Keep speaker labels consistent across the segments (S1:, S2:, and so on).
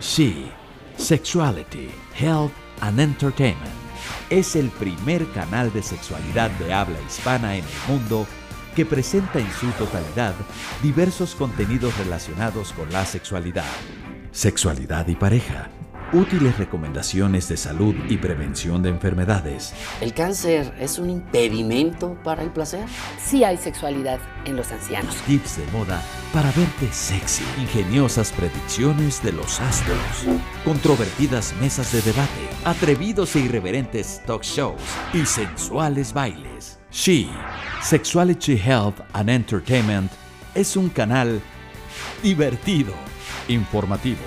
S1: She, Sexuality, Health and Entertainment.
S2: Es el primer canal de sexualidad de habla hispana en el mundo que presenta en su totalidad diversos contenidos relacionados con la sexualidad.
S1: Sexualidad y pareja. Útiles recomendaciones de salud y prevención de enfermedades.
S3: ¿El cáncer es un impedimento para el placer?
S4: Sí hay sexualidad en los ancianos.
S1: Tips de moda para verte sexy. Ingeniosas predicciones de los astros. Controvertidas mesas de debate. Atrevidos e irreverentes talk shows. Y sensuales bailes. She, Sexuality Health and Entertainment, es un canal divertido, informativo,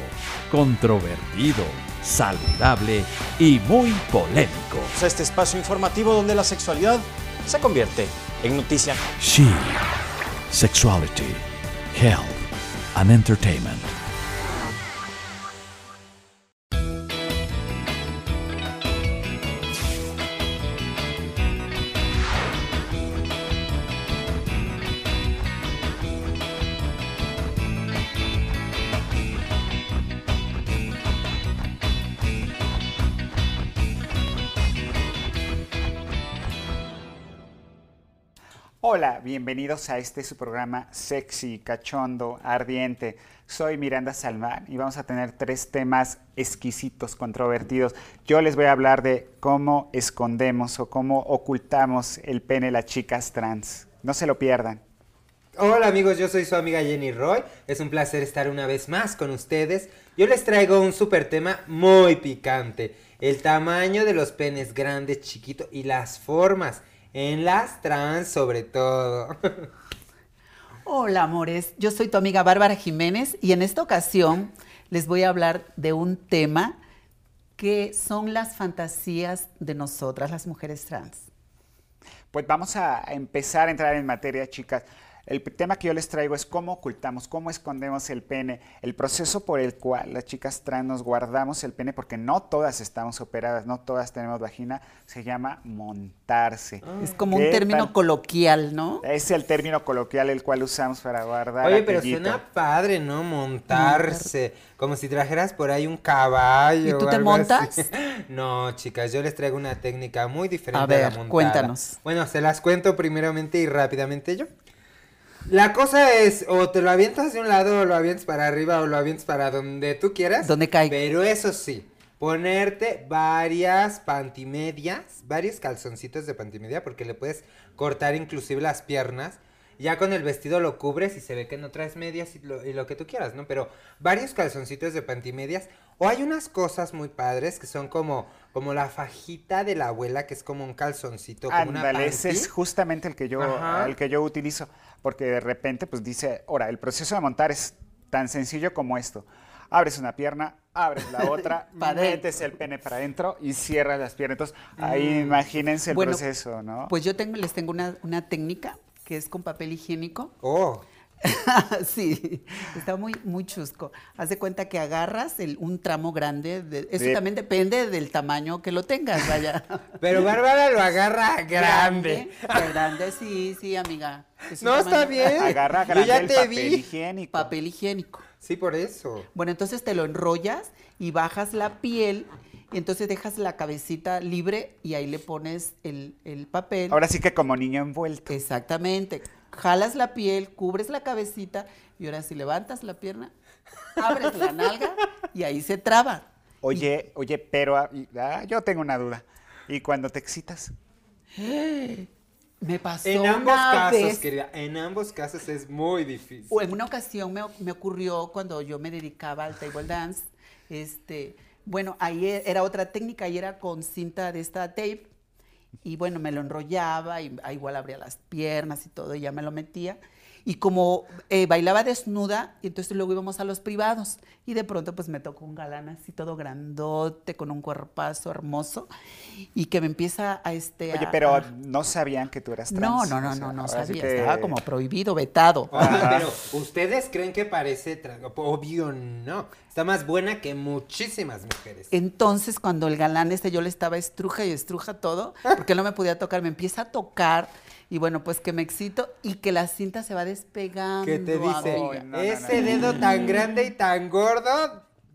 S1: controvertido, saludable y muy polémico.
S5: a este espacio informativo donde la sexualidad se convierte en noticia.
S1: She, Sexuality, Health and Entertainment.
S6: Hola, bienvenidos a este su programa sexy, cachondo, ardiente. Soy Miranda Salmán y vamos a tener tres temas exquisitos, controvertidos. Yo les voy a hablar de cómo escondemos o cómo ocultamos el pene de las chicas trans. No se lo pierdan.
S7: Hola amigos, yo soy su amiga Jenny Roy. Es un placer estar una vez más con ustedes. Yo les traigo un super tema muy picante. El tamaño de los penes grandes, chiquitos y las formas. En las trans sobre todo.
S8: Hola amores, yo soy tu amiga Bárbara Jiménez y en esta ocasión les voy a hablar de un tema que son las fantasías de nosotras, las mujeres trans.
S6: Pues vamos a empezar a entrar en materia, chicas. El p- tema que yo les traigo es cómo ocultamos, cómo escondemos el pene, el proceso por el cual las chicas trans nos guardamos el pene, porque no todas estamos operadas, no todas tenemos vagina, se llama montarse.
S7: Ah.
S8: Es como
S6: ¿Qué
S8: un término
S6: tal?
S8: coloquial, ¿no?
S7: Eh,
S6: Es el término coloquial el cual usamos para guardar.
S7: Oye, pero
S6: aquellito.
S7: suena padre, ¿no? Montarse. Como si trajeras por ahí un caballo.
S8: ¿Y tú
S7: o
S8: te
S7: algo así.
S8: montas?
S7: No, chicas, yo les traigo una técnica muy diferente
S8: A
S7: a la
S8: ver,
S7: montada.
S8: cuéntanos.
S7: Bueno, se las cuento primeramente y rápidamente yo. La cosa es, o te lo avientas de un lado, o lo avientas para arriba, o lo avientas para donde tú quieras.
S8: Donde caiga.
S7: Pero eso sí, ponerte varias pantimedias, varios calzoncitos de pantimedia, porque le puedes cortar inclusive las piernas. Ya con el vestido lo cubres y se ve que no traes medias y lo, y lo que tú quieras, ¿no? Pero varios calzoncitos de pantimedias. O hay unas cosas muy padres que son como, como la fajita de la abuela, que es como un calzoncito, como una
S6: Ándale, ese
S7: panty.
S6: es justamente el que yo,
S7: Ajá.
S6: el que yo utilizo, porque de repente pues dice, ahora, el proceso de montar es tan sencillo como esto. Abres una pierna, abres la otra,
S8: Pa' dentro.
S6: metes el pene para adentro y cierras las piernas. Entonces, ahí imagínense el
S8: Mm. Bueno,
S6: proceso, ¿no?
S8: Pues yo tengo, les tengo una, una técnica que es con papel higiénico.
S7: Oh,
S8: sí, está muy, muy chusco. Haz de cuenta que agarras el- un tramo grande. de- eso
S6: De-
S8: también depende del tamaño que lo tengas, vaya.
S7: pero Bárbara lo agarra grande.
S8: Grande, grande, sí, sí, amiga. Es un
S7: No, está
S8: tamaño-
S7: bien.
S6: Agarra
S7: Yo
S6: grande
S7: ya
S6: el
S7: te
S6: papel
S7: vi.
S6: higiénico.
S8: Papel higiénico.
S7: Sí, por eso.
S8: Bueno, entonces te lo enrollas y bajas la piel y entonces dejas la cabecita libre y ahí le pones el, el papel.
S6: Ahora sí que como niño envuelto.
S8: Exactamente. Jalas la piel, cubres la cabecita y ahora si levantas la pierna, abres la nalga y ahí se traba.
S6: Oye, oye, pero ah, y- ah, yo tengo una duda. ¿Y cuando te excitas?
S8: Me pasó
S7: En ambos
S8: una
S7: casos,
S8: vez-
S7: querida, en ambos casos es muy difícil.
S8: O en una ocasión me, me ocurrió cuando yo me dedicaba al table dance, este, bueno, ahí e- era otra técnica y era con cinta de esta tape y bueno, me lo enrollaba y ah, igual abría las piernas y todo y ya me lo metía. Y como eh, bailaba desnuda, y entonces luego íbamos a los privados. Y de pronto pues me tocó un galán así todo grandote, con un cuerpazo hermoso, y que me empieza a este...
S6: Oye,
S8: a-
S6: pero
S8: a-
S6: no sabían que tú eras trans.
S8: No, no,
S6: o
S8: no,
S6: sea,
S8: no, no
S6: ahora sí
S8: sabía,
S6: que-
S8: estaba como prohibido, vetado.
S7: Oye,
S6: Ajá.
S7: pero ustedes creen que parece trans- obvio no. Está más buena que muchísimas mujeres.
S8: Entonces, cuando el galán este, yo le estaba estruja y estruja todo, porque él no me podía tocar, me empieza a tocar y bueno, pues que me excito y que la cinta se va despegando.
S7: ¿Qué te dice?
S8: amiga.
S6: Ay, no, Mm. no, no,
S7: Ese
S6: no.
S7: dedo tan grande y tan gordo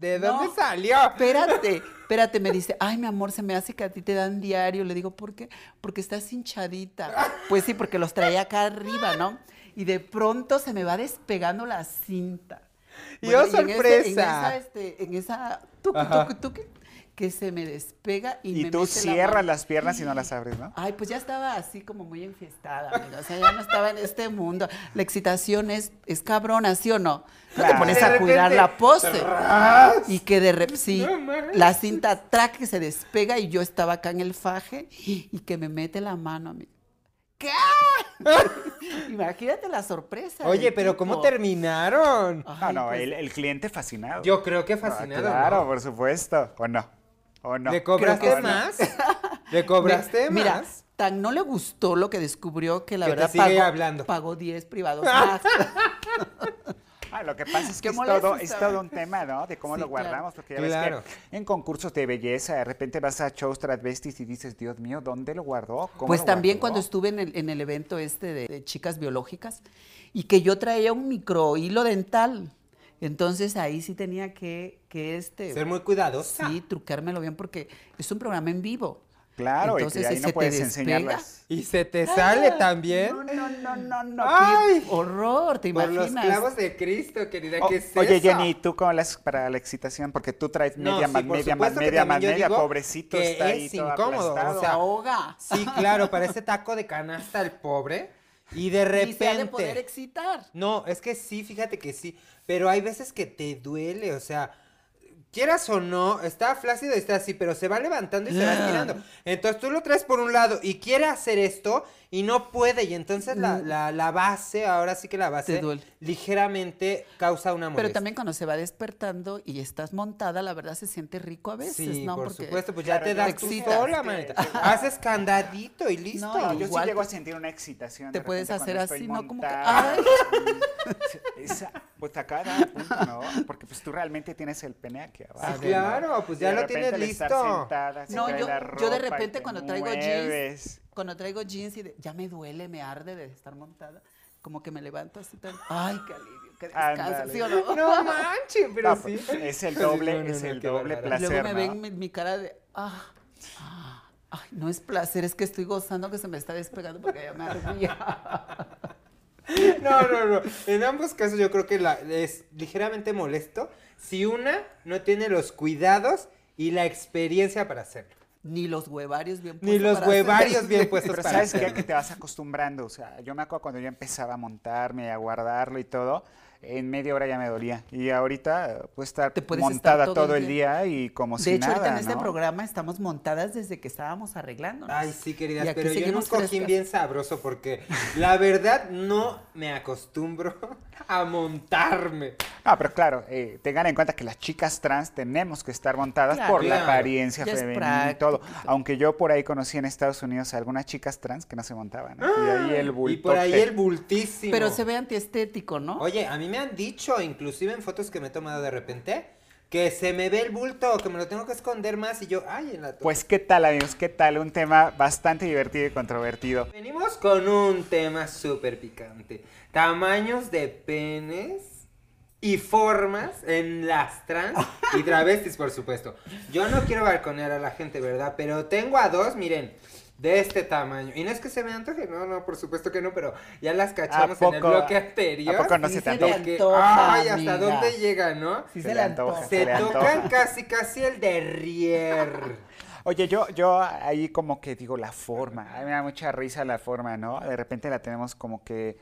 S7: ¿De dónde
S8: No,
S7: salió?
S8: Espérate, espérate, me dice, ay, mi amor, se me hace que a ti te dan diario. Le digo, ¿por qué? Porque estás hinchadita. Pues sí, porque los traía acá arriba, ¿no? Y de pronto se me va despegando la cinta.
S7: Y oh,
S8: Bueno, en ese-
S7: sorpresa.
S8: En esa, este, en esa tuqui,
S7: Ajá.
S8: tuqui, tuqui, que se me despega y,
S6: Y
S8: me
S6: tú
S8: mete la
S6: cierras
S8: mano.
S6: las piernas y no las abres, ¿no?
S8: Ay, pues ya estaba así como muy enfiestada, amiga. O sea, ya no estaba en este mundo. La excitación es, es cabrona, ¿sí o no? No te
S6: Claro.
S8: pones
S7: De
S8: a cuidar
S7: repente,
S8: la pose. Y que de repente, sí,
S7: No mames.
S8: la cinta track que se despega y yo estaba acá en el faje y que me mete la mano, amiga. ¿Qué? Imagínate la sorpresa.
S7: Oye,
S8: del
S7: pero ¿cómo
S8: tipo.
S7: terminaron?
S8: Ay,
S6: no, no,
S8: pues,
S6: el, el cliente fascinado.
S7: Yo creo que
S6: Ah,
S7: fascinado.
S6: claro,
S7: ¿no?
S6: por supuesto. ¿O no? ¿O no?
S7: ¿Le cobraste
S6: Creo que no.
S7: más? ¿Le cobraste
S8: Mi- Mira,
S7: más?
S8: tan no le gustó lo que descubrió que la
S7: Que te
S8: verdad
S7: sigue
S8: pagó,
S7: hablando.
S8: pagó 10 privados más.
S6: Ah, lo que pasa es que
S8: Qué
S6: es
S8: molesto
S6: todo, es
S8: estaba.
S6: todo un tema, ¿no? De cómo
S8: Sí,
S6: lo guardamos, porque ya ves
S7: Claro.
S6: que en concursos de belleza de repente vas a shows transvestis y dices, Dios mío, ¿dónde lo guardó? ¿Cómo
S8: Pues
S6: lo
S8: también
S6: guardó?"
S8: cuando estuve en el, en el evento este de, de chicas biológicas y que yo traía un micro hilo dental. Entonces ahí sí tenía que, que este,
S7: Ser muy Ah. cuidadosa.
S8: sí, truqueármelo bien porque es un programa en vivo.
S6: Claro, y
S8: Entonces,
S6: que ahí
S8: si
S6: no
S8: se te
S6: puedes
S8: despega,
S6: enseñarlas.
S7: Y se te sale también.
S8: Ah, No, no, no, no, no.
S7: ¡Ay!
S8: ¡Qué horror! ¿Te
S7: Por
S8: imaginas?
S7: los clavos de Cristo, querida,
S6: O-
S7: ¿qué es
S6: oye,
S7: eso?
S6: Jenny, ¿tú cómo las para la excitación? Porque tú traes
S7: No,
S6: media
S7: sí,
S6: más
S7: por
S6: media más
S7: supuesto que
S6: media más
S7: también yo
S6: media,
S7: digo
S6: pobrecito
S7: que
S6: está ahí
S7: es
S6: todo
S7: incómodo, o
S6: aplastado.
S8: Se
S7: sea,
S8: ahoga.
S7: Sí, claro, parece taco de canasta el pobre. Y de
S8: Y se ha de poder
S7: repente.
S8: excitar.
S7: No, es que sí, fíjate que sí. Pero hay veces que te duele, o sea. Quieras o no, está flácido y está así, pero se va levantando y se
S8: Ah.
S7: va estirando. Entonces tú lo traes por un lado y quiere hacer esto y no puede. Y entonces la, la- la base, ahora sí que la base,
S8: Mm. Te duele.
S7: ligeramente causa una molestia.
S8: Pero también cuando se va despertando y estás montada, la verdad se siente rico a veces,
S7: Sí,
S8: ¿no?
S7: por
S8: Porque-
S7: supuesto, pues ya
S6: Claro,
S7: te
S6: yo
S7: das
S8: te
S7: tú
S8: excitas.
S7: sola, manita. Haces candadito y listo.
S8: No,
S6: No, yo
S8: Igual
S6: sí llego a
S8: te-
S6: sentir una excitación. de
S8: te puedes
S6: repente
S8: hacer
S6: cuando
S8: así,
S6: estoy
S8: ¿no? Como que,
S6: montada.
S8: ¡ay!
S6: Esa botacada, punto, ¿no? Porque pues tú realmente tienes el pene aquí abajo.
S7: Sí, claro, pues
S6: Y
S7: ya
S6: de
S7: lo
S6: repente
S7: tienes
S6: al estar
S7: listo.
S6: sentada, se
S8: No,
S6: cae
S8: yo,
S6: la
S8: yo de
S6: ropa y
S8: repente
S6: te
S8: cuando traigo
S6: mueves.
S8: jeans, cuando traigo jeans y de- ya me duele, me arde de estar montada, como que me levanto así tan, ay, qué alivio, qué descanso,
S6: Ándale.
S8: ¿sí o no?
S7: No manches, pero
S6: No,
S7: sí.
S6: pues, es el doble,
S7: No, no,
S6: es
S7: no,
S6: el
S7: qué
S6: doble
S7: bárbara.
S6: placer,
S8: Luego me
S6: ¿no?
S8: ven mi, mi cara de, ah, ah, ay, no es placer, es que estoy gozando que se me está despegando porque ya me ardía.
S7: No, no, no. En ambos casos yo creo que la- es ligeramente molesto si una no tiene los cuidados y la experiencia para hacerlo.
S8: Ni los huevarios bien
S7: Ni los
S8: para hacer-
S7: huevarios bien puestos
S6: Pero
S7: pues, para
S6: sabes qué?
S7: hacerlo.
S6: que te vas acostumbrando. O sea, yo me acuerdo cuando yo empezaba a montarme, a guardarlo y todo, en media hora ya me dolía. Y ahorita puedo estar
S8: Te puedes estar
S6: montada
S8: todo
S6: todo
S8: el
S6: el día y como si
S8: de hecho,
S6: nada,
S8: ahorita en este
S6: ¿no?
S8: programa estamos montadas desde que estábamos arreglándonos.
S7: Ay, sí,
S8: Y
S7: queridas,
S8: aquí
S7: pero yo en un
S8: seguimos
S7: cojín
S8: frescas.
S7: bien sabroso porque la verdad no me acostumbro a montarme.
S6: Ah, pero claro, eh, tengan en cuenta que las chicas trans tenemos que estar montadas
S8: Claro.
S6: por la
S7: Claro.
S6: apariencia
S8: Ya es
S6: femenina y todo. Aunque yo por ahí conocí en Estados Unidos a algunas chicas trans que no se montaban. ¿no? y ahí el bulto.
S7: Ah, Y por ahí el bultísimo.
S8: Pero se ve antiestético, ¿no?
S7: Oye, a mí me han dicho, inclusive en fotos que me he tomado de repente, que se me ve el bulto, que me lo tengo que esconder más y yo, ay, en la to-
S6: Pues qué tal, amigos, qué tal. Un tema bastante divertido y controvertido.
S7: Venimos con un tema súper picante. Tamaños de penes y formas en las trans y travestis, por supuesto. Yo no quiero balconear a la gente, ¿verdad? Pero tengo a dos, miren, de este tamaño. Y no es que se me antoje, no, no, por supuesto que no, pero ya las cachamos en el
S6: poco-
S7: bloque anterior.
S6: a poco no
S7: Y
S6: se te
S7: de
S8: antoja?
S7: que,
S8: antoja,
S7: Ay, hasta
S8: amiga.
S7: dónde llega, ¿no?
S8: Sí
S6: se
S8: se
S6: le
S8: le
S6: antoja,
S8: antoja.
S7: Se
S6: le antoja.
S7: tocan casi, casi el derrier.
S6: Oye, yo, yo ahí como que digo la forma. A mí me da mucha risa la forma, ¿no? De repente la tenemos como que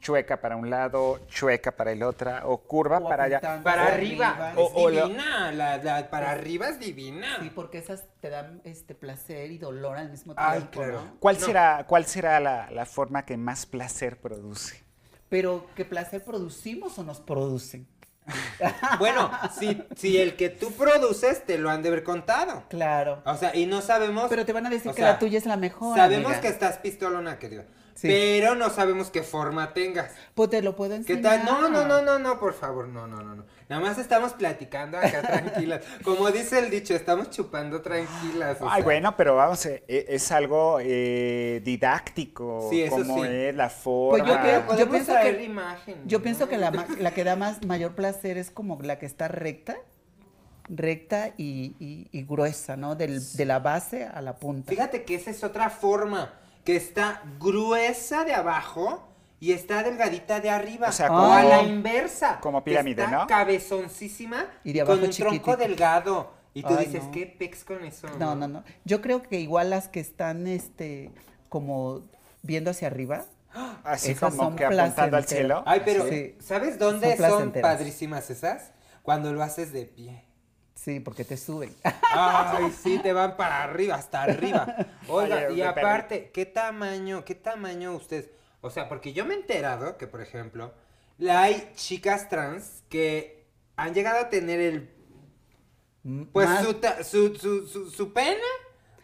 S6: chueca para un lado, chueca para el otro, o curva para allá.
S8: apuntando.
S7: Para
S8: Para
S7: arriba.
S8: arriba.
S7: Es
S6: O- o la-
S7: divina. La, la- para arriba es divina.
S8: Sí, porque esas te dan este placer y dolor al mismo tiempo.
S7: Ay, claro.
S8: ¿no?
S6: ¿Cuál
S7: No.
S6: será, cuál será la, la forma que más placer produce?
S8: Pero ¿qué placer producimos o nos producen?
S7: Bueno, si, si el que tú produces te lo han de haber contado.
S8: Claro.
S7: O sea, y no sabemos.
S8: Pero te van a decir
S7: Ah, o
S8: que
S7: sea,
S8: la tuya es la mejor.
S7: Sabemos
S8: amiga.
S7: que estás pistolona, querida.
S8: Sí.
S7: Pero no sabemos qué forma tengas.
S8: Pues te lo puedo
S7: ¿Qué tal?
S8: enseñar.
S7: No, no, no, no, no, por favor, no, no, no, no. Nada más estamos platicando acá tranquilas. Como dice el dicho, estamos chupando tranquilas. o
S6: Ay,
S7: sea.
S6: bueno, pero vamos, eh, eh, es algo eh, didáctico,
S7: Sí, eso
S6: como
S7: sí.
S6: es la
S8: Pues
S6: forma.
S8: yo, creo- yo
S7: Ah, Podemos
S8: pienso
S7: traer
S8: que
S7: imagen,
S8: yo
S7: ¿no?
S8: pienso que la, ma- la que da más mayor placer es como la que está recta recta y, y- y gruesa, ¿no? Del- de la base a la punta.
S7: Fíjate que esa es otra forma, que está gruesa de abajo y está delgadita de arriba.
S6: O sea,
S7: o a
S6: como-
S7: la inversa.
S6: como
S7: que
S6: pirámide,
S7: está
S6: ¿no?
S7: cabezoncísima
S8: Y de
S7: con
S8: abajo
S7: un tronco
S8: chiquitito.
S7: delgado. Y tú
S8: Ay,
S7: dices,
S8: no.
S7: ¿qué pex con eso?
S8: No, no, no. Yo creo que igual las que están, este, como viendo hacia arriba.
S6: Así
S8: Esas
S6: como
S8: son
S6: que apuntando al
S8: placenteras.
S6: cielo.
S7: Ay, pero
S8: Sí.
S7: ¿sabes dónde
S8: Son
S7: son
S8: placenteras.
S7: padrísimas esas? Cuando lo haces de pie.
S8: Sí, porque te suben.
S7: Ay, sí, te van para arriba, hasta arriba. Oiga,
S6: Oye,
S7: y
S6: de
S7: aparte, ¿qué tamaño, qué tamaño usted? O sea, porque yo me he enterado que, por ejemplo, la hay chicas trans que han llegado a tener el, pues,
S8: Más-
S7: su, ta- su, su, su- su pene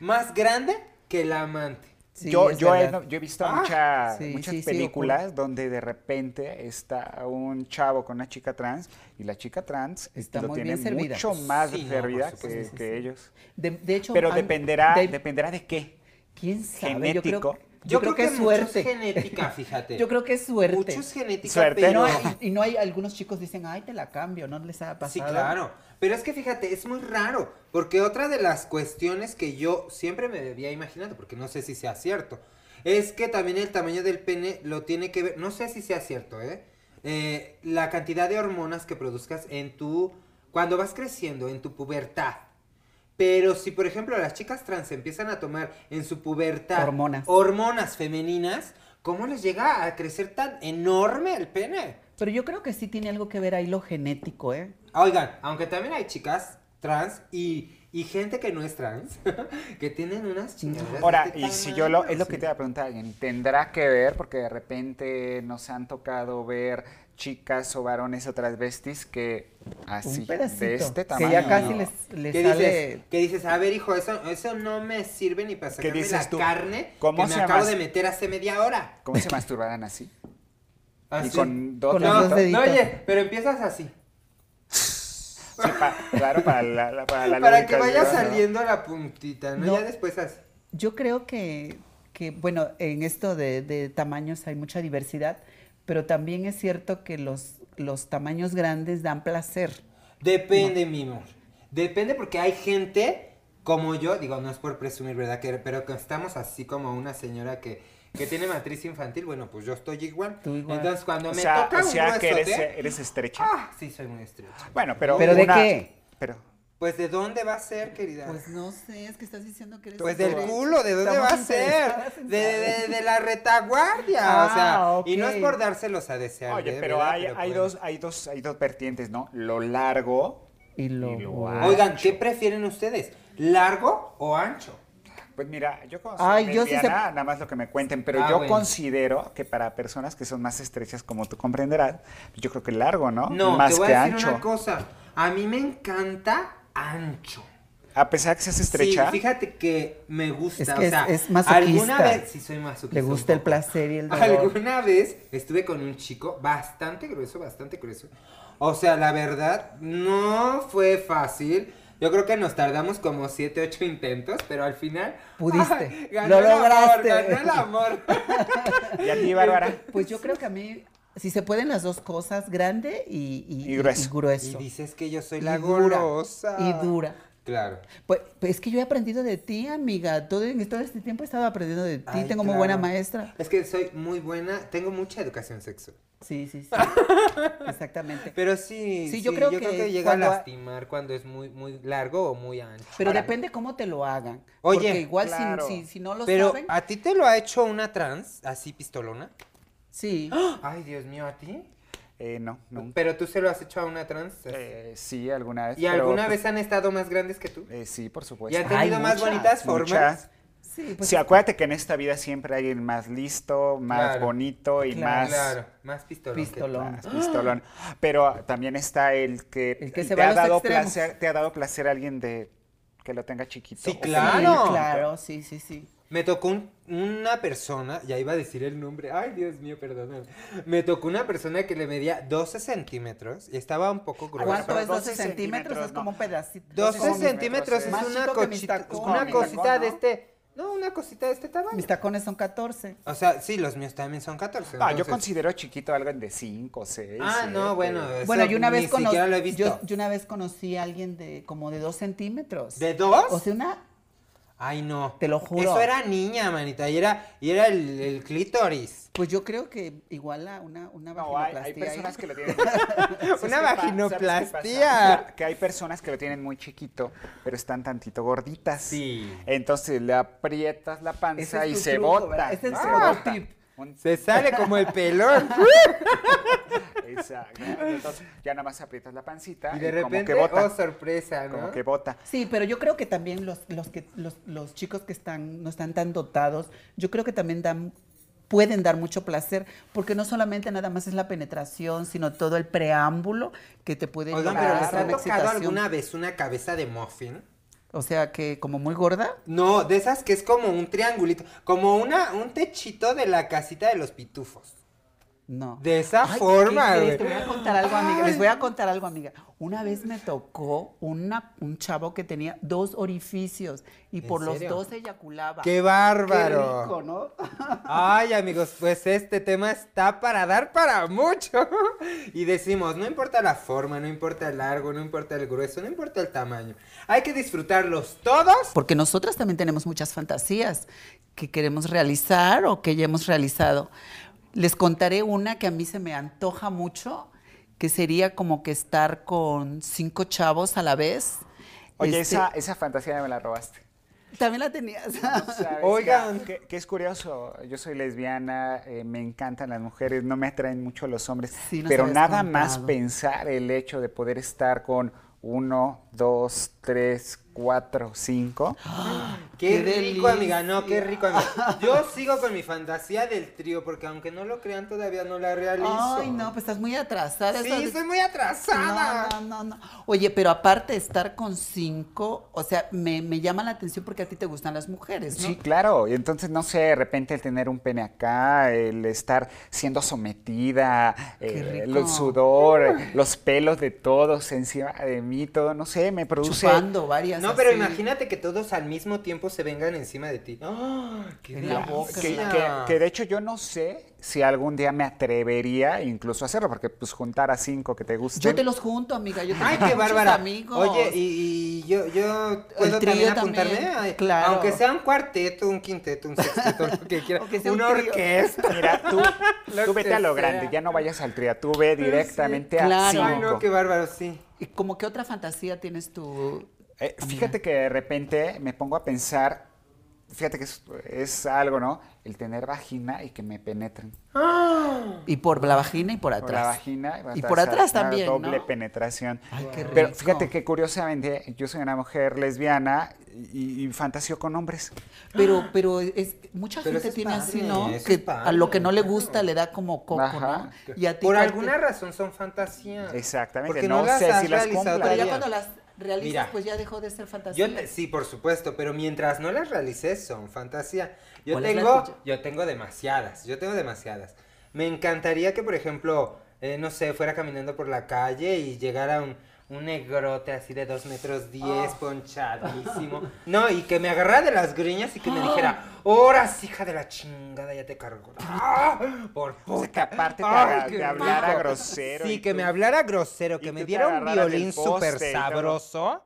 S7: más grande que la amante.
S8: sí,
S6: yo,
S8: es
S6: yo, he,
S8: verdad.
S6: yo he visto
S7: Ah,
S6: mucha-
S8: sí,
S6: muchas
S8: sí, sí,
S6: películas donde de repente está un chavo con una chica trans y la chica trans eh,
S8: Está
S6: lo
S8: muy
S6: tiene
S8: bien servida.
S6: mucho más
S7: Sí, no, por
S6: servida
S7: supuesto,
S6: que,
S7: sí, sí,
S6: que ellos.
S8: De, de hecho,
S6: Pero
S8: a-
S6: dependerá,
S8: de-
S6: dependerá de qué.
S8: ¿Quién sabe?
S6: genético.
S8: Yo creo, yo creo que, es
S7: mucho
S8: suerte.
S7: genética, fíjate.
S8: Yo creo que es suerte.
S7: Mucho es genética,
S6: Suerte,
S7: pero...
S8: No, y, y no hay algunos chicos dicen, ay, te la cambio, no les ha
S7: Sí,
S8: pasado.
S7: claro. Pero es que fíjate, es muy raro, porque otra de las cuestiones que yo siempre me había imaginado, porque no sé si sea cierto, es que también el tamaño del pene lo tiene que ver, no sé si sea cierto, ¿eh? Eh, la cantidad de hormonas que produzcas en tu, cuando vas creciendo, en tu pubertad. Pero si, por ejemplo, las chicas trans empiezan a tomar en su pubertad
S8: Hormonas.
S7: hormonas femeninas, ¿cómo les llega a crecer tan enorme el pene?
S8: Pero yo creo que sí tiene algo que ver ahí lo genético, ¿eh?
S7: Ah, Oigan,
S6: Ah.
S7: aunque también hay chicas trans y, y gente que no es trans, que tienen unas chingaderas.
S6: Ahora,
S7: de este
S6: y si yo lo,
S7: tamaño,
S6: es lo
S7: sí.
S6: que te iba a preguntar, Jenny, ¿tendrá que ver? Porque de repente nos han tocado ver chicas o varones o transvestis que así,
S8: Un pedacito.
S6: de este
S8: que
S6: tamaño.
S8: ya casi
S6: ¿no?
S8: les, les
S7: ¿Qué
S8: sale...
S7: dices? ¿Qué dices? A ver, hijo, eso, eso no me sirve ni para sacarme la
S6: dices tú?
S7: carne
S6: ¿Cómo
S7: que me
S6: se
S7: acabo
S6: llama?
S7: de meter hace media hora.
S6: ¿Cómo se masturbarán así?
S7: Así.
S6: Y con dos
S8: Con los
S7: no,
S8: dos
S6: deditos.
S8: deditos.
S7: no, oye, pero empiezas así.
S6: Sí, pa- claro, para la, la- para la
S7: Para que vaya
S6: lubricación, ¿no?
S7: saliendo la puntita, ¿no?
S8: No.
S7: Ya después así.
S8: Yo creo que, que, bueno, en esto de, de tamaños hay mucha diversidad, pero también es cierto que los, los tamaños grandes dan placer.
S7: Depende, mi amor. Depende porque hay gente como yo, digo, no es por presumir, ¿verdad? Que, pero que estamos así como una señora que, que tiene matriz infantil, bueno, pues yo estoy igual.
S8: Tú igual.
S7: Entonces, cuando
S6: O
S7: me
S6: sea, o
S7: toca
S6: sea
S7: un
S6: que eres, eh,
S7: huesote,
S6: eres estrecha.
S7: ah, sí soy muy estrecha.
S6: Bueno, pero.
S8: ¿Pero de
S6: una-
S8: qué?
S6: Pero.
S7: Pues, ¿de dónde va a ser, querida? Pues,
S8: no sé, es que estás diciendo que eres...
S6: pues,
S7: del culo, ¿de dónde va a ser? De, de- de la retaguardia, o sea,
S8: Ah,
S7: y no
S8: ok.
S7: es por dárselos a desear.
S6: Oye,
S7: ¿eh?
S6: pero
S7: ¿verdad?
S6: hay, hay,
S7: bueno.
S6: dos, hay, dos, hay dos vertientes, ¿no? Lo largo.
S8: Y lo...
S6: Y lo
S8: guau.
S6: hago.
S7: Oigan, ¿qué prefieren ustedes? ¿Largo o ancho?
S6: Pues mira, yo como
S8: Ay,
S6: soy
S8: Ah, yo sí
S6: lesbiana,
S8: sé-
S6: nada más lo que me cuenten, pero
S7: Ah,
S6: yo
S7: bueno.
S6: considero que para personas que son más estrechas, como tú comprenderás, pues yo creo que largo, ¿no?
S7: No,
S6: Ah, más
S7: te voy
S6: que
S7: a decir
S6: ancho.
S7: una cosa. A mí me encanta ancho.
S6: A pesar que seas estrecha.
S7: Sí, fíjate que me gusta.
S8: Es que
S7: o sea,
S8: es- es masoquista.
S7: Alguna vez, sí soy masoquista.
S8: Le gusta
S7: un
S8: el
S7: poco.
S8: placer y el dolor.
S7: Alguna vez estuve con un chico bastante grueso, bastante grueso. O sea, la verdad, no fue fácil. Yo creo que nos tardamos como 7, 8 intentos, pero al final.
S8: Pudiste.
S7: ay,
S8: Lo
S7: el amor,
S8: lograste.
S7: ganó el amor.
S6: Y a ti, Bárbara.
S8: Pues yo creo que a mí, si se pueden las dos cosas, grande y, y-
S6: Y grueso.
S8: y grueso.
S7: y dices que yo soy
S8: Y
S7: la
S8: dura,
S7: golosa.
S8: Y dura.
S7: Claro.
S8: Pues, pues es que yo he aprendido de ti, amiga. Todo, en todo este tiempo he estado aprendiendo de ti.
S7: Ay,
S8: Tengo muy
S7: claro.
S8: buena maestra.
S7: Es que soy muy buena, tengo mucha educación sexual.
S8: Sí, sí, sí. Exactamente.
S7: Pero sí,
S8: Sí, yo creo que
S7: llega a
S8: cuando ha-
S7: lastimar cuando es muy, muy largo o muy ancho.
S8: Pero
S7: Ahora,
S8: depende cómo te lo hagan.
S7: Oye,
S8: Porque igual si-
S6: claro.
S8: si, si no lo
S7: pero
S8: saben.
S7: ¿a ti te lo ha hecho una trans así pistolona?
S8: Sí.
S7: Ay, Dios mío, ¿a ti?
S6: Eh, no, no.
S7: Pero tú se lo has hecho a una trans. así?
S6: Eh, sí, alguna vez.
S7: Pues, ¿Y
S6: pero,
S7: alguna
S6: pues,
S7: vez han estado más grandes que tú?
S6: eh, sí, por
S7: ¿Y
S6: supuesto.
S7: han tenido
S8: Ay,
S7: más
S8: muchas,
S7: bonitas formas?
S6: Muchas.
S8: Sí, pues
S6: sí, acuérdate que en esta vida siempre hay el más listo, más
S7: Claro.
S6: bonito y
S8: Claro.
S6: más,
S7: Claro, más pistolón. que tú.
S8: Pistolón.
S6: más pistolón. Pero también está el que,
S8: El que se
S6: te
S8: va a
S6: ha
S8: los
S6: dado
S8: extremos.
S6: placer, te ha dado placer a alguien de que lo tenga chiquito.
S7: Sí,
S6: o
S8: sí,
S7: claro.
S8: claro, sí, sí, sí.
S7: Me tocó un- una persona, ya iba a decir el nombre, ay Dios mío, perdóname. Me tocó una persona que le medía 12 centímetros y estaba un poco gruesa.
S8: ¿Cuánto
S6: pero
S8: es 12
S6: 12
S8: centímetros?
S6: centímetros,
S8: Es como
S6: no.
S8: un pedacito.
S7: 12
S6: 12
S7: centímetros es
S6: centímetros
S8: es
S7: una,
S8: más chico que mis
S7: cochita-
S8: tacones,
S7: una
S6: mi
S7: cosita
S6: tacón,
S7: de
S6: ¿no?
S7: este. No, una cosita de este tamaño.
S8: Mis tacones son 14.
S7: O sea, sí, los míos también son 14.
S6: No, Ah, yo
S7: entonces-
S6: considero chiquito algo de 5, 6.
S7: Ah, no, bueno. eso
S8: Bueno, eh, yo una
S7: ni
S8: vez, cono-
S7: siquiera lo he visto.
S8: yo, yo una vez conocí a alguien de como de dos centímetros.
S7: ¿De dos?
S8: O sea, una...
S7: Ay, no.
S8: Te lo juro.
S7: Eso era niña, manita. Y era, y era el, el clítoris.
S8: Pues yo creo que igual a una, una
S6: No, hay, hay
S8: vaginoplastia ahí.
S6: personas que lo tienen. ¿Sabes
S7: Una
S6: qué pa-
S7: vaginoplastia.
S6: sabes qué pasa? Que hay personas que lo tienen muy chiquito, pero están tantito gorditas.
S7: Sí.
S6: Entonces le aprietas la panza
S8: Ese
S6: y
S8: es tu
S6: se
S8: truco,
S6: bota.
S8: ¿verdad? Ese es
S6: se
S8: tu
S6: bota.
S8: tip.
S6: Un-
S7: Se sale como el pelón.
S6: Exacto. Entonces ya nada más aprietas la pancita
S7: y de repente,
S6: como que bota.
S7: oh, sorpresa, ¿no?
S6: Como que bota.
S8: Sí, pero yo creo que también los, los, que, los, los chicos que están, no están tan dotados, yo creo que también dan, pueden dar mucho placer, porque no solamente nada más es la penetración, sino todo el preámbulo que te puede
S7: Oigan,
S8: llevar
S7: pero
S8: a
S7: ¿les ha
S8: una
S7: tocado
S8: excitación.
S7: alguna vez una cabeza de muffin?
S8: O sea, que como muy gorda.
S7: No, de esas que es como un triangulito, como una, un techito de la casita de los pitufos.
S8: No.
S7: De esa
S8: Ay, ¿qué
S7: forma,
S8: crees?
S7: güey.
S8: Te voy a contar algo, amiga. Les voy a contar algo, amiga. Una vez me tocó una, un chavo que tenía dos orificios y
S7: ¿En
S8: por los
S7: serio?
S8: dos eyaculaba.
S7: ¡Qué
S8: Qué rico,
S7: bárbaro!
S8: ¿no?
S7: Ay, amigos, pues este tema está para dar para mucho. Y decimos, no importa la forma, no importa el largo, no importa el grueso, no importa el tamaño. Hay que disfrutarlos todos.
S8: Porque nosotras también tenemos muchas fantasías que queremos realizar o que ya hemos realizado. Les contaré una que a mí se me antoja mucho, que sería como que estar con cinco chavos a la vez.
S6: Oye,
S8: Este,
S6: esa, esa fantasía me la robaste.
S8: También la tenías.
S6: ¿Sabes?
S7: Oigan.
S6: Que, que es curioso, yo soy lesbiana, eh, me encantan las mujeres, no me atraen mucho los hombres,
S8: Sí, nos
S6: pero
S8: habías
S6: nada más
S8: contado.
S6: pensar el hecho de poder estar con uno, dos, tres, cuatro, cinco.
S8: Ah,
S7: Qué,
S8: ¡Qué
S7: rico, amiga, no, qué rico, amiga. Yo sigo con mi fantasía del trío, porque aunque no lo crean, todavía no la realizo.
S8: Ay, no, pues estás muy atrasada.
S7: Sí,
S8: Estás-
S7: soy muy atrasada.
S8: No, no, no, no. Oye, pero aparte de estar con cinco, o sea, me, me llama la atención porque a ti te gustan las mujeres, ¿no?
S6: Sí, claro. Y entonces, no sé, de repente el tener un pene acá, el estar siendo sometida,
S8: Qué
S6: eh,
S8: rico.
S6: el sudor, los pelos de todos encima de mí, todo, no sé, me produce...
S8: Chupando varias.
S7: No, pero
S8: así.
S7: imagínate que todos al mismo tiempo se vengan encima de ti. ¡Ah! ¡Qué
S8: En la
S7: delicia!
S8: boca,
S6: que,
S8: Claro.
S6: que- que de hecho yo no sé si algún día me atrevería incluso a hacerlo, porque pues juntar a cinco que te gusten.
S8: Pues Yo te los junto, amiga. Yo tengo
S7: Ay, qué
S8: muchos
S7: bárbara.
S8: amigos.
S7: Oye, y, y yo, yo puedo
S8: trío
S7: también
S8: también,
S7: apuntarme. Ay,
S8: claro.
S7: Aunque sea un cuarteto, un quinteto, un sexteto, lo que quiera.
S8: Aunque sea un
S7: una
S8: trío.
S7: orquesta.
S6: Mira, tú,
S7: Lo
S6: tú vete
S7: que
S6: a lo
S7: sea.
S6: grande, ya no vayas al tria, tú ve directamente
S8: Sí,
S6: a
S8: claro.
S6: cinco.
S7: Ay, no, qué bárbaro, sí.
S8: ¿Y como qué otra fantasía tienes tú?
S6: Eh, fíjate que de repente me pongo a pensar, fíjate que es, es algo, ¿no? El tener vagina y que me penetren.
S8: Y por la vagina y por atrás.
S6: Por la vagina.
S8: Y por atrás
S6: una
S8: también,
S6: Doble
S8: ¿no?
S6: penetración.
S8: Ay, qué
S6: Pero
S8: rico.
S6: fíjate que curiosamente yo soy una mujer lesbiana y, y fantaseo con hombres.
S8: Pero, pero es, mucha
S7: Pero
S8: gente
S7: eso es
S8: tiene así,
S7: padre,
S8: ¿no?
S7: eso
S8: Que
S7: es
S8: a lo que no le
S7: padre,
S8: gusta le da como coco,
S6: Ajá.
S8: ¿no? Y a ti
S7: Por
S8: cuál te-
S7: alguna razón son fantasías.
S6: Exactamente,
S7: Porque
S6: no
S7: las
S6: sé
S7: has
S6: si las
S7: realizado
S6: cumpla.
S8: Pero ya
S7: todavía.
S8: cuando las realizas,
S7: Mira.
S8: pues ya dejó de ser fantasía.
S7: Yo te- sí, por supuesto, pero mientras no las realices son fantasía. Yo
S8: ¿Cuál es la
S7: tengo,
S8: tuya?
S7: yo tengo demasiadas, yo tengo demasiadas. Me encantaría que, por ejemplo, eh, no sé, fuera caminando por la calle y llegara un, un negrote así de dos metros 10,
S8: Ah.
S7: ponchadísimo. No, y que me agarrara de las griñas y que
S8: Ah.
S7: me dijera, horas hija de la chingada, ya te cargo. ¡Ah! Por
S6: O sea, que
S7: puta.
S6: aparte te,
S7: Ay,
S6: haga-
S7: qué
S6: te hablara
S7: rico.
S6: grosero.
S7: Sí,
S6: y
S7: que
S6: tú-
S7: me hablara grosero, que
S6: y
S7: me
S6: tú te
S7: diera un
S6: agarraras del
S7: violín
S6: poste
S7: súper
S6: y todo.
S7: sabroso.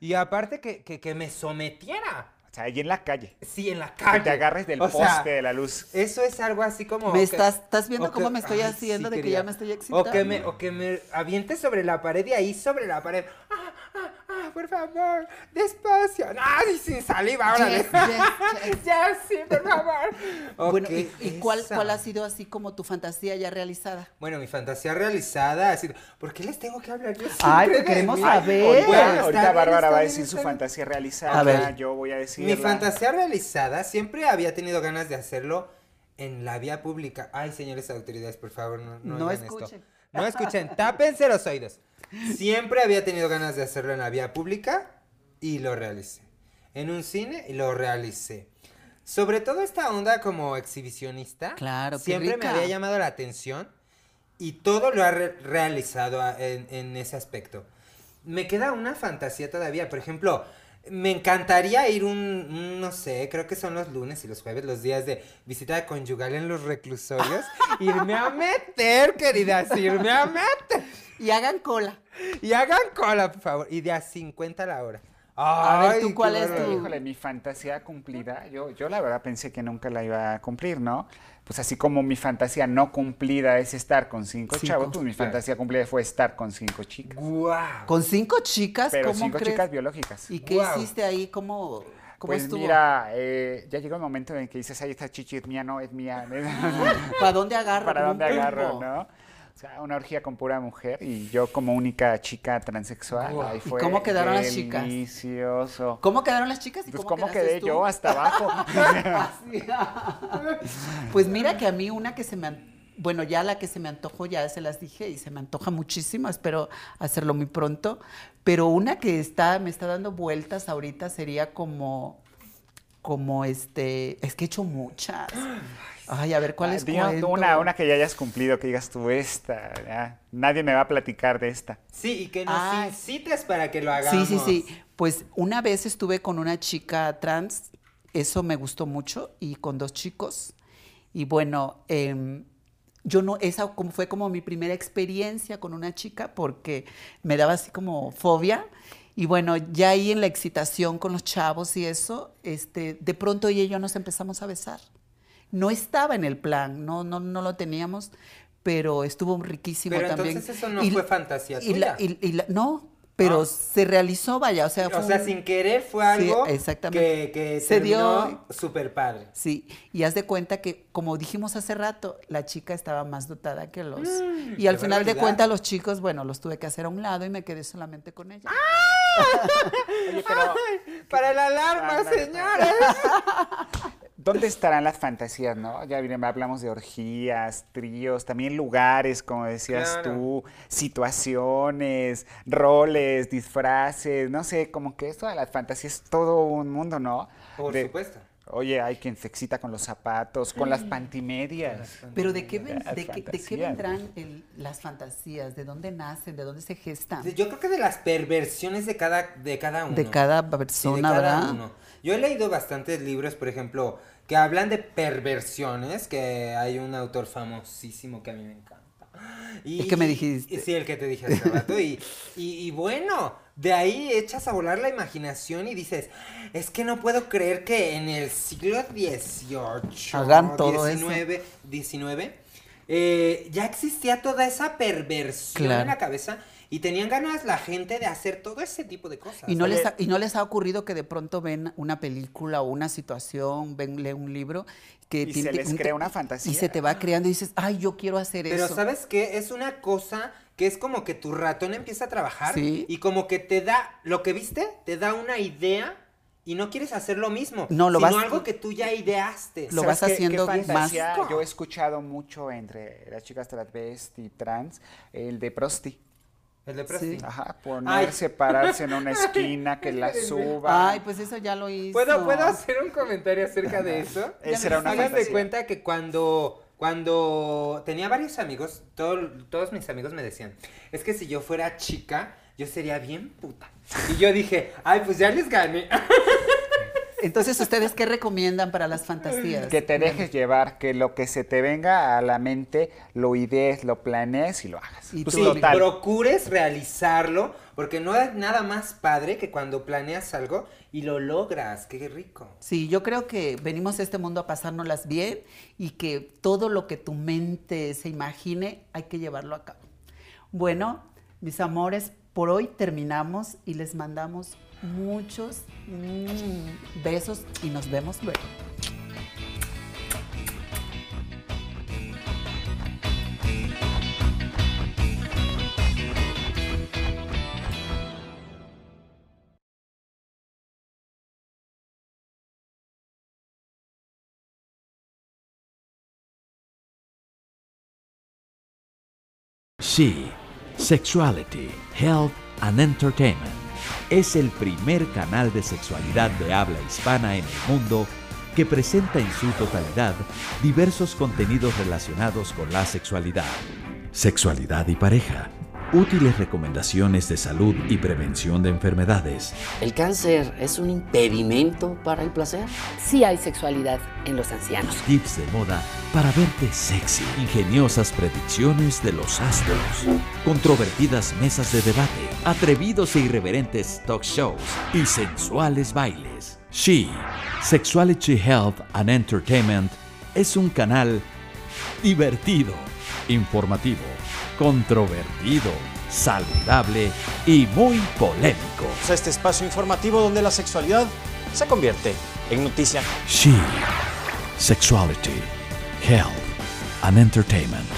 S7: Y aparte que, que, que me sometiera.
S6: O sea, ahí en la calle.
S7: Sí, en la calle.
S6: Que te agarres del
S7: O
S6: poste
S7: sea,
S6: de la luz.
S7: Eso es algo así como.
S8: Me
S7: o
S8: estás- ¿estás viendo
S7: o
S8: cómo me estoy haciendo de que ya me estoy
S7: O que me,
S8: excitando?
S7: o que me aviente sobre la pared y ahí sobre la pared. ¡Ah, ah, ah! Por favor, despacio. ¡Ah, y sin saliva! ¡Órale!
S8: Yes, yes, yes.
S7: Ya, sí, por favor.
S8: Bueno,
S7: Ok,
S8: ¿y, y cuál,
S7: esa.
S8: cuál ha sido así como tu fantasía ya realizada?
S7: Bueno, mi fantasía realizada ha sido. ¿Por qué les tengo que hablar yo siempre
S8: Ay, pues
S7: de
S8: queremos
S7: mí?
S8: saber.
S7: Bueno,
S6: Ahorita,
S7: está
S6: ahorita
S7: bien,
S6: Bárbara
S7: está
S6: va a
S7: bien,
S6: decir su
S7: está bien.
S6: fantasía realizada.
S8: A ver.
S6: Yo voy a decir.
S7: Mi fantasía realizada siempre había tenido ganas de hacerlo en la vía pública. Ay, señores autoridades, por favor, no, no,
S8: No
S7: oigan esto.
S8: escuchen.
S7: No escuchen, tápense los oídos. Siempre había tenido ganas de hacerlo en la vía pública y lo realicé. En un cine y lo realicé. Sobre todo esta onda como exhibicionista.
S8: Claro, qué
S7: Siempre me
S8: rica.
S7: había llamado la atención y todo lo ha re- realizado a- en, en ese aspecto. Me queda una fantasía todavía, por ejemplo, Me encantaría ir un, un, no sé, creo que son los lunes y los jueves, los días de visita conyugal en los reclusorios. irme a meter, queridas, irme a meter.
S8: Y hagan cola.
S7: Y hagan cola, por favor. Y de a 50 la hora.
S8: A ver,
S7: Ay,
S8: ¿tú
S7: qué
S8: cuál es
S7: horror.
S8: tu-
S6: Híjole, mi fantasía cumplida, yo, yo la verdad pensé que nunca la iba a cumplir, ¿no? Pues así como mi fantasía no cumplida es estar con cinco,
S8: Cinco,
S6: chavos, pues mi
S7: claro.
S6: fantasía cumplida fue estar con cinco chicas.
S7: Guau.
S8: Con cinco chicas,
S6: Pero
S8: ¿cómo
S6: cinco
S8: crees?
S6: chicas biológicas.
S8: ¿Y qué
S7: Guau.
S8: hiciste ahí? ¿Cómo, cómo
S6: pues
S8: estuvo?
S6: mira, eh, ya llega un momento en el que dices, ahí esta chichi es mía, no es mía.
S8: ¿Para dónde agarro?
S6: ¿Para
S8: Como un
S6: dónde agarro,
S8: pulpo.
S6: no? O sea, una orgía con pura mujer y yo como única chica transexual.
S7: Guau.
S6: Ahí
S8: ¿Y
S6: fue
S8: cómo quedaron las chicas?
S6: Delicioso.
S8: ¿Cómo quedaron las chicas y
S6: Pues
S8: cómo,
S6: cómo
S8: quedaste
S6: quedé
S8: tú?
S6: yo hasta abajo.
S8: Así. pues mira que a mí una que se me... an- Bueno, ya la que se me antojó, ya se las dije y se me antoja muchísimo, espero hacerlo muy pronto. Pero una que está, me está dando vueltas ahorita sería como, como este, es que he hecho muchas. Ay, a ver, ¿cuál
S6: Ah,
S8: es?
S6: di una, una que ya hayas cumplido, que digas tú esta, ya, nadie me va a platicar de esta.
S7: Sí, y que nos
S8: Ay.
S7: incites para que lo
S8: Ah, Sí,
S7: hagamos.
S8: sí, sí. Pues una vez estuve con una chica trans, eso me gustó mucho, y con dos chicos. Y bueno, em, yo no, esa como fue como mi primera experiencia con una chica porque me daba así como fobia. Y bueno, ya ahí en la excitación con los chavos y eso, este, de pronto ella y yo nos empezamos a besar. No estaba en el plan, no, no, no lo teníamos, pero estuvo riquísimo
S7: Pero
S8: también.
S7: entonces eso no fue fantasía
S8: y la-
S7: tuya.
S8: y- y la- no, pero
S7: Ah.
S8: se realizó, vaya, o sea, fue
S7: O sea,
S8: un-
S7: sin querer fue
S8: Sí,
S7: algo que,
S8: exactamente.
S7: que
S8: Se
S7: se
S8: dio-
S7: dio super padre.
S8: Sí, y haz de cuenta que, como dijimos hace rato, la chica estaba más dotada que los... y al
S7: Mm, qué
S8: final de
S7: barbaridad.
S8: cuentas los chicos, bueno, los tuve que hacer a un lado y me quedé solamente con ella.
S7: Ah. Para la alarma,
S6: Ándale.
S7: señores.
S6: ¿Dónde estarán las fantasías, no? Ya miren, hablamos de orgías, tríos, también lugares, como decías
S7: Claro.
S6: tú, situaciones, roles, disfraces, no sé, como que esto de las fantasías es todo un mundo, ¿no?
S7: Por
S6: De-
S7: supuesto.
S6: Oye, hay quien se excita con los zapatos, con
S8: Mm.
S6: las pantimedias.
S8: Pero ¿de qué, ven-
S6: Las
S8: de qué- de qué
S6: fantasías.
S8: vendrán el- las fantasías? ¿De dónde nacen? ¿De dónde se gestan?
S7: Yo creo que de las perversiones de cada, de cada uno.
S8: De cada
S7: Sí,
S8: persona,
S7: de cada
S8: ¿verdad?
S7: uno. Yo he leído bastantes libros, por ejemplo, que hablan de perversiones, que hay un autor famosísimo que a mí me encanta. Y,
S8: El que me dijiste.
S7: Sí, el que te dije hace rato. Y, y- y bueno, de ahí echas a volar la imaginación y dices, es que no puedo creer que en el siglo XVIII,
S8: Hagan todo eso.
S7: XIX, XIX, eh, ya existía toda esa perversión
S8: Claro.
S7: en la cabeza y tenían ganas la gente de hacer todo ese tipo de cosas.
S8: ¿Y no, les ha, ¿Y no les ha ocurrido que de pronto ven una película o una situación, ven, leen un libro? Que
S6: Y se les crea una fantasía.
S8: Y se te va creando y dices, ay, yo quiero hacer
S7: Pero
S8: eso.
S7: ¿sabes qué? Es una cosa que es como que tu ratón empieza a trabajar
S8: Sí.
S7: y como que te da, lo que viste, te da una idea y no quieres hacer lo mismo,
S8: No, lo
S7: sino
S8: vas-
S7: algo que tú ya ideaste.
S8: Lo
S7: ¿sabes?
S8: vas
S6: ¿Sabes qué-
S8: haciendo
S6: qué
S8: más-
S6: fantasía Yo he escuchado mucho entre las chicas transvesti, trans, el de prosti.
S7: El de Prosti.
S8: Sí.
S6: Ajá, ponerse, pararse en una esquina, que la suba.
S8: Ay, pues eso ya lo hice.
S7: ¿Puedo, ¿Puedo hacer un comentario acerca de eso?
S6: Esa era una
S7: Hagan de
S6: fantasía.
S7: cuenta que cuando, cuando tenía varios amigos, todo- todos mis amigos me decían, es que si yo fuera chica, yo sería bien puta. Y yo dije, ay, pues ya les gané.
S8: Entonces, ¿ustedes qué recomiendan para las fantasías?
S6: Que te dejes llevar, que lo que se te venga a la mente lo idees, lo planees y lo hagas.
S8: Y
S6: Pues
S8: tú,
S7: Sí,
S6: total.
S7: procures realizarlo, porque no hay nada más padre que cuando planeas algo y lo logras. Qué rico.
S8: Sí, yo creo que venimos a este mundo a pasárnoslas bien y que todo lo que tu mente se imagine hay que llevarlo a cabo. Bueno, mis amores, por hoy terminamos y les mandamos muchos mm, besos y nos vemos luego.
S2: She, Sexuality, Health and Entertainment es el primer canal de sexualidad de habla hispana en el mundo que presenta en su totalidad diversos contenidos relacionados con la sexualidad. Sexualidad y pareja, útiles recomendaciones de salud y prevención de enfermedades.
S3: ¿El cáncer es un impedimento para el placer?
S4: Sí hay sexualidad en los ancianos.
S1: Tips de moda para verte sexy. Ingeniosas predicciones de los astros. Controvertidas mesas de debate. Atrevidos e irreverentes talk shows. Y sensuales bailes. She, Sexuality Health and Entertainment, es un canal divertido, informativo, controvertido, saludable y muy polémico.
S5: a este espacio informativo donde la sexualidad se convierte en noticia.
S1: She, Sexuality, Health and Entertainment.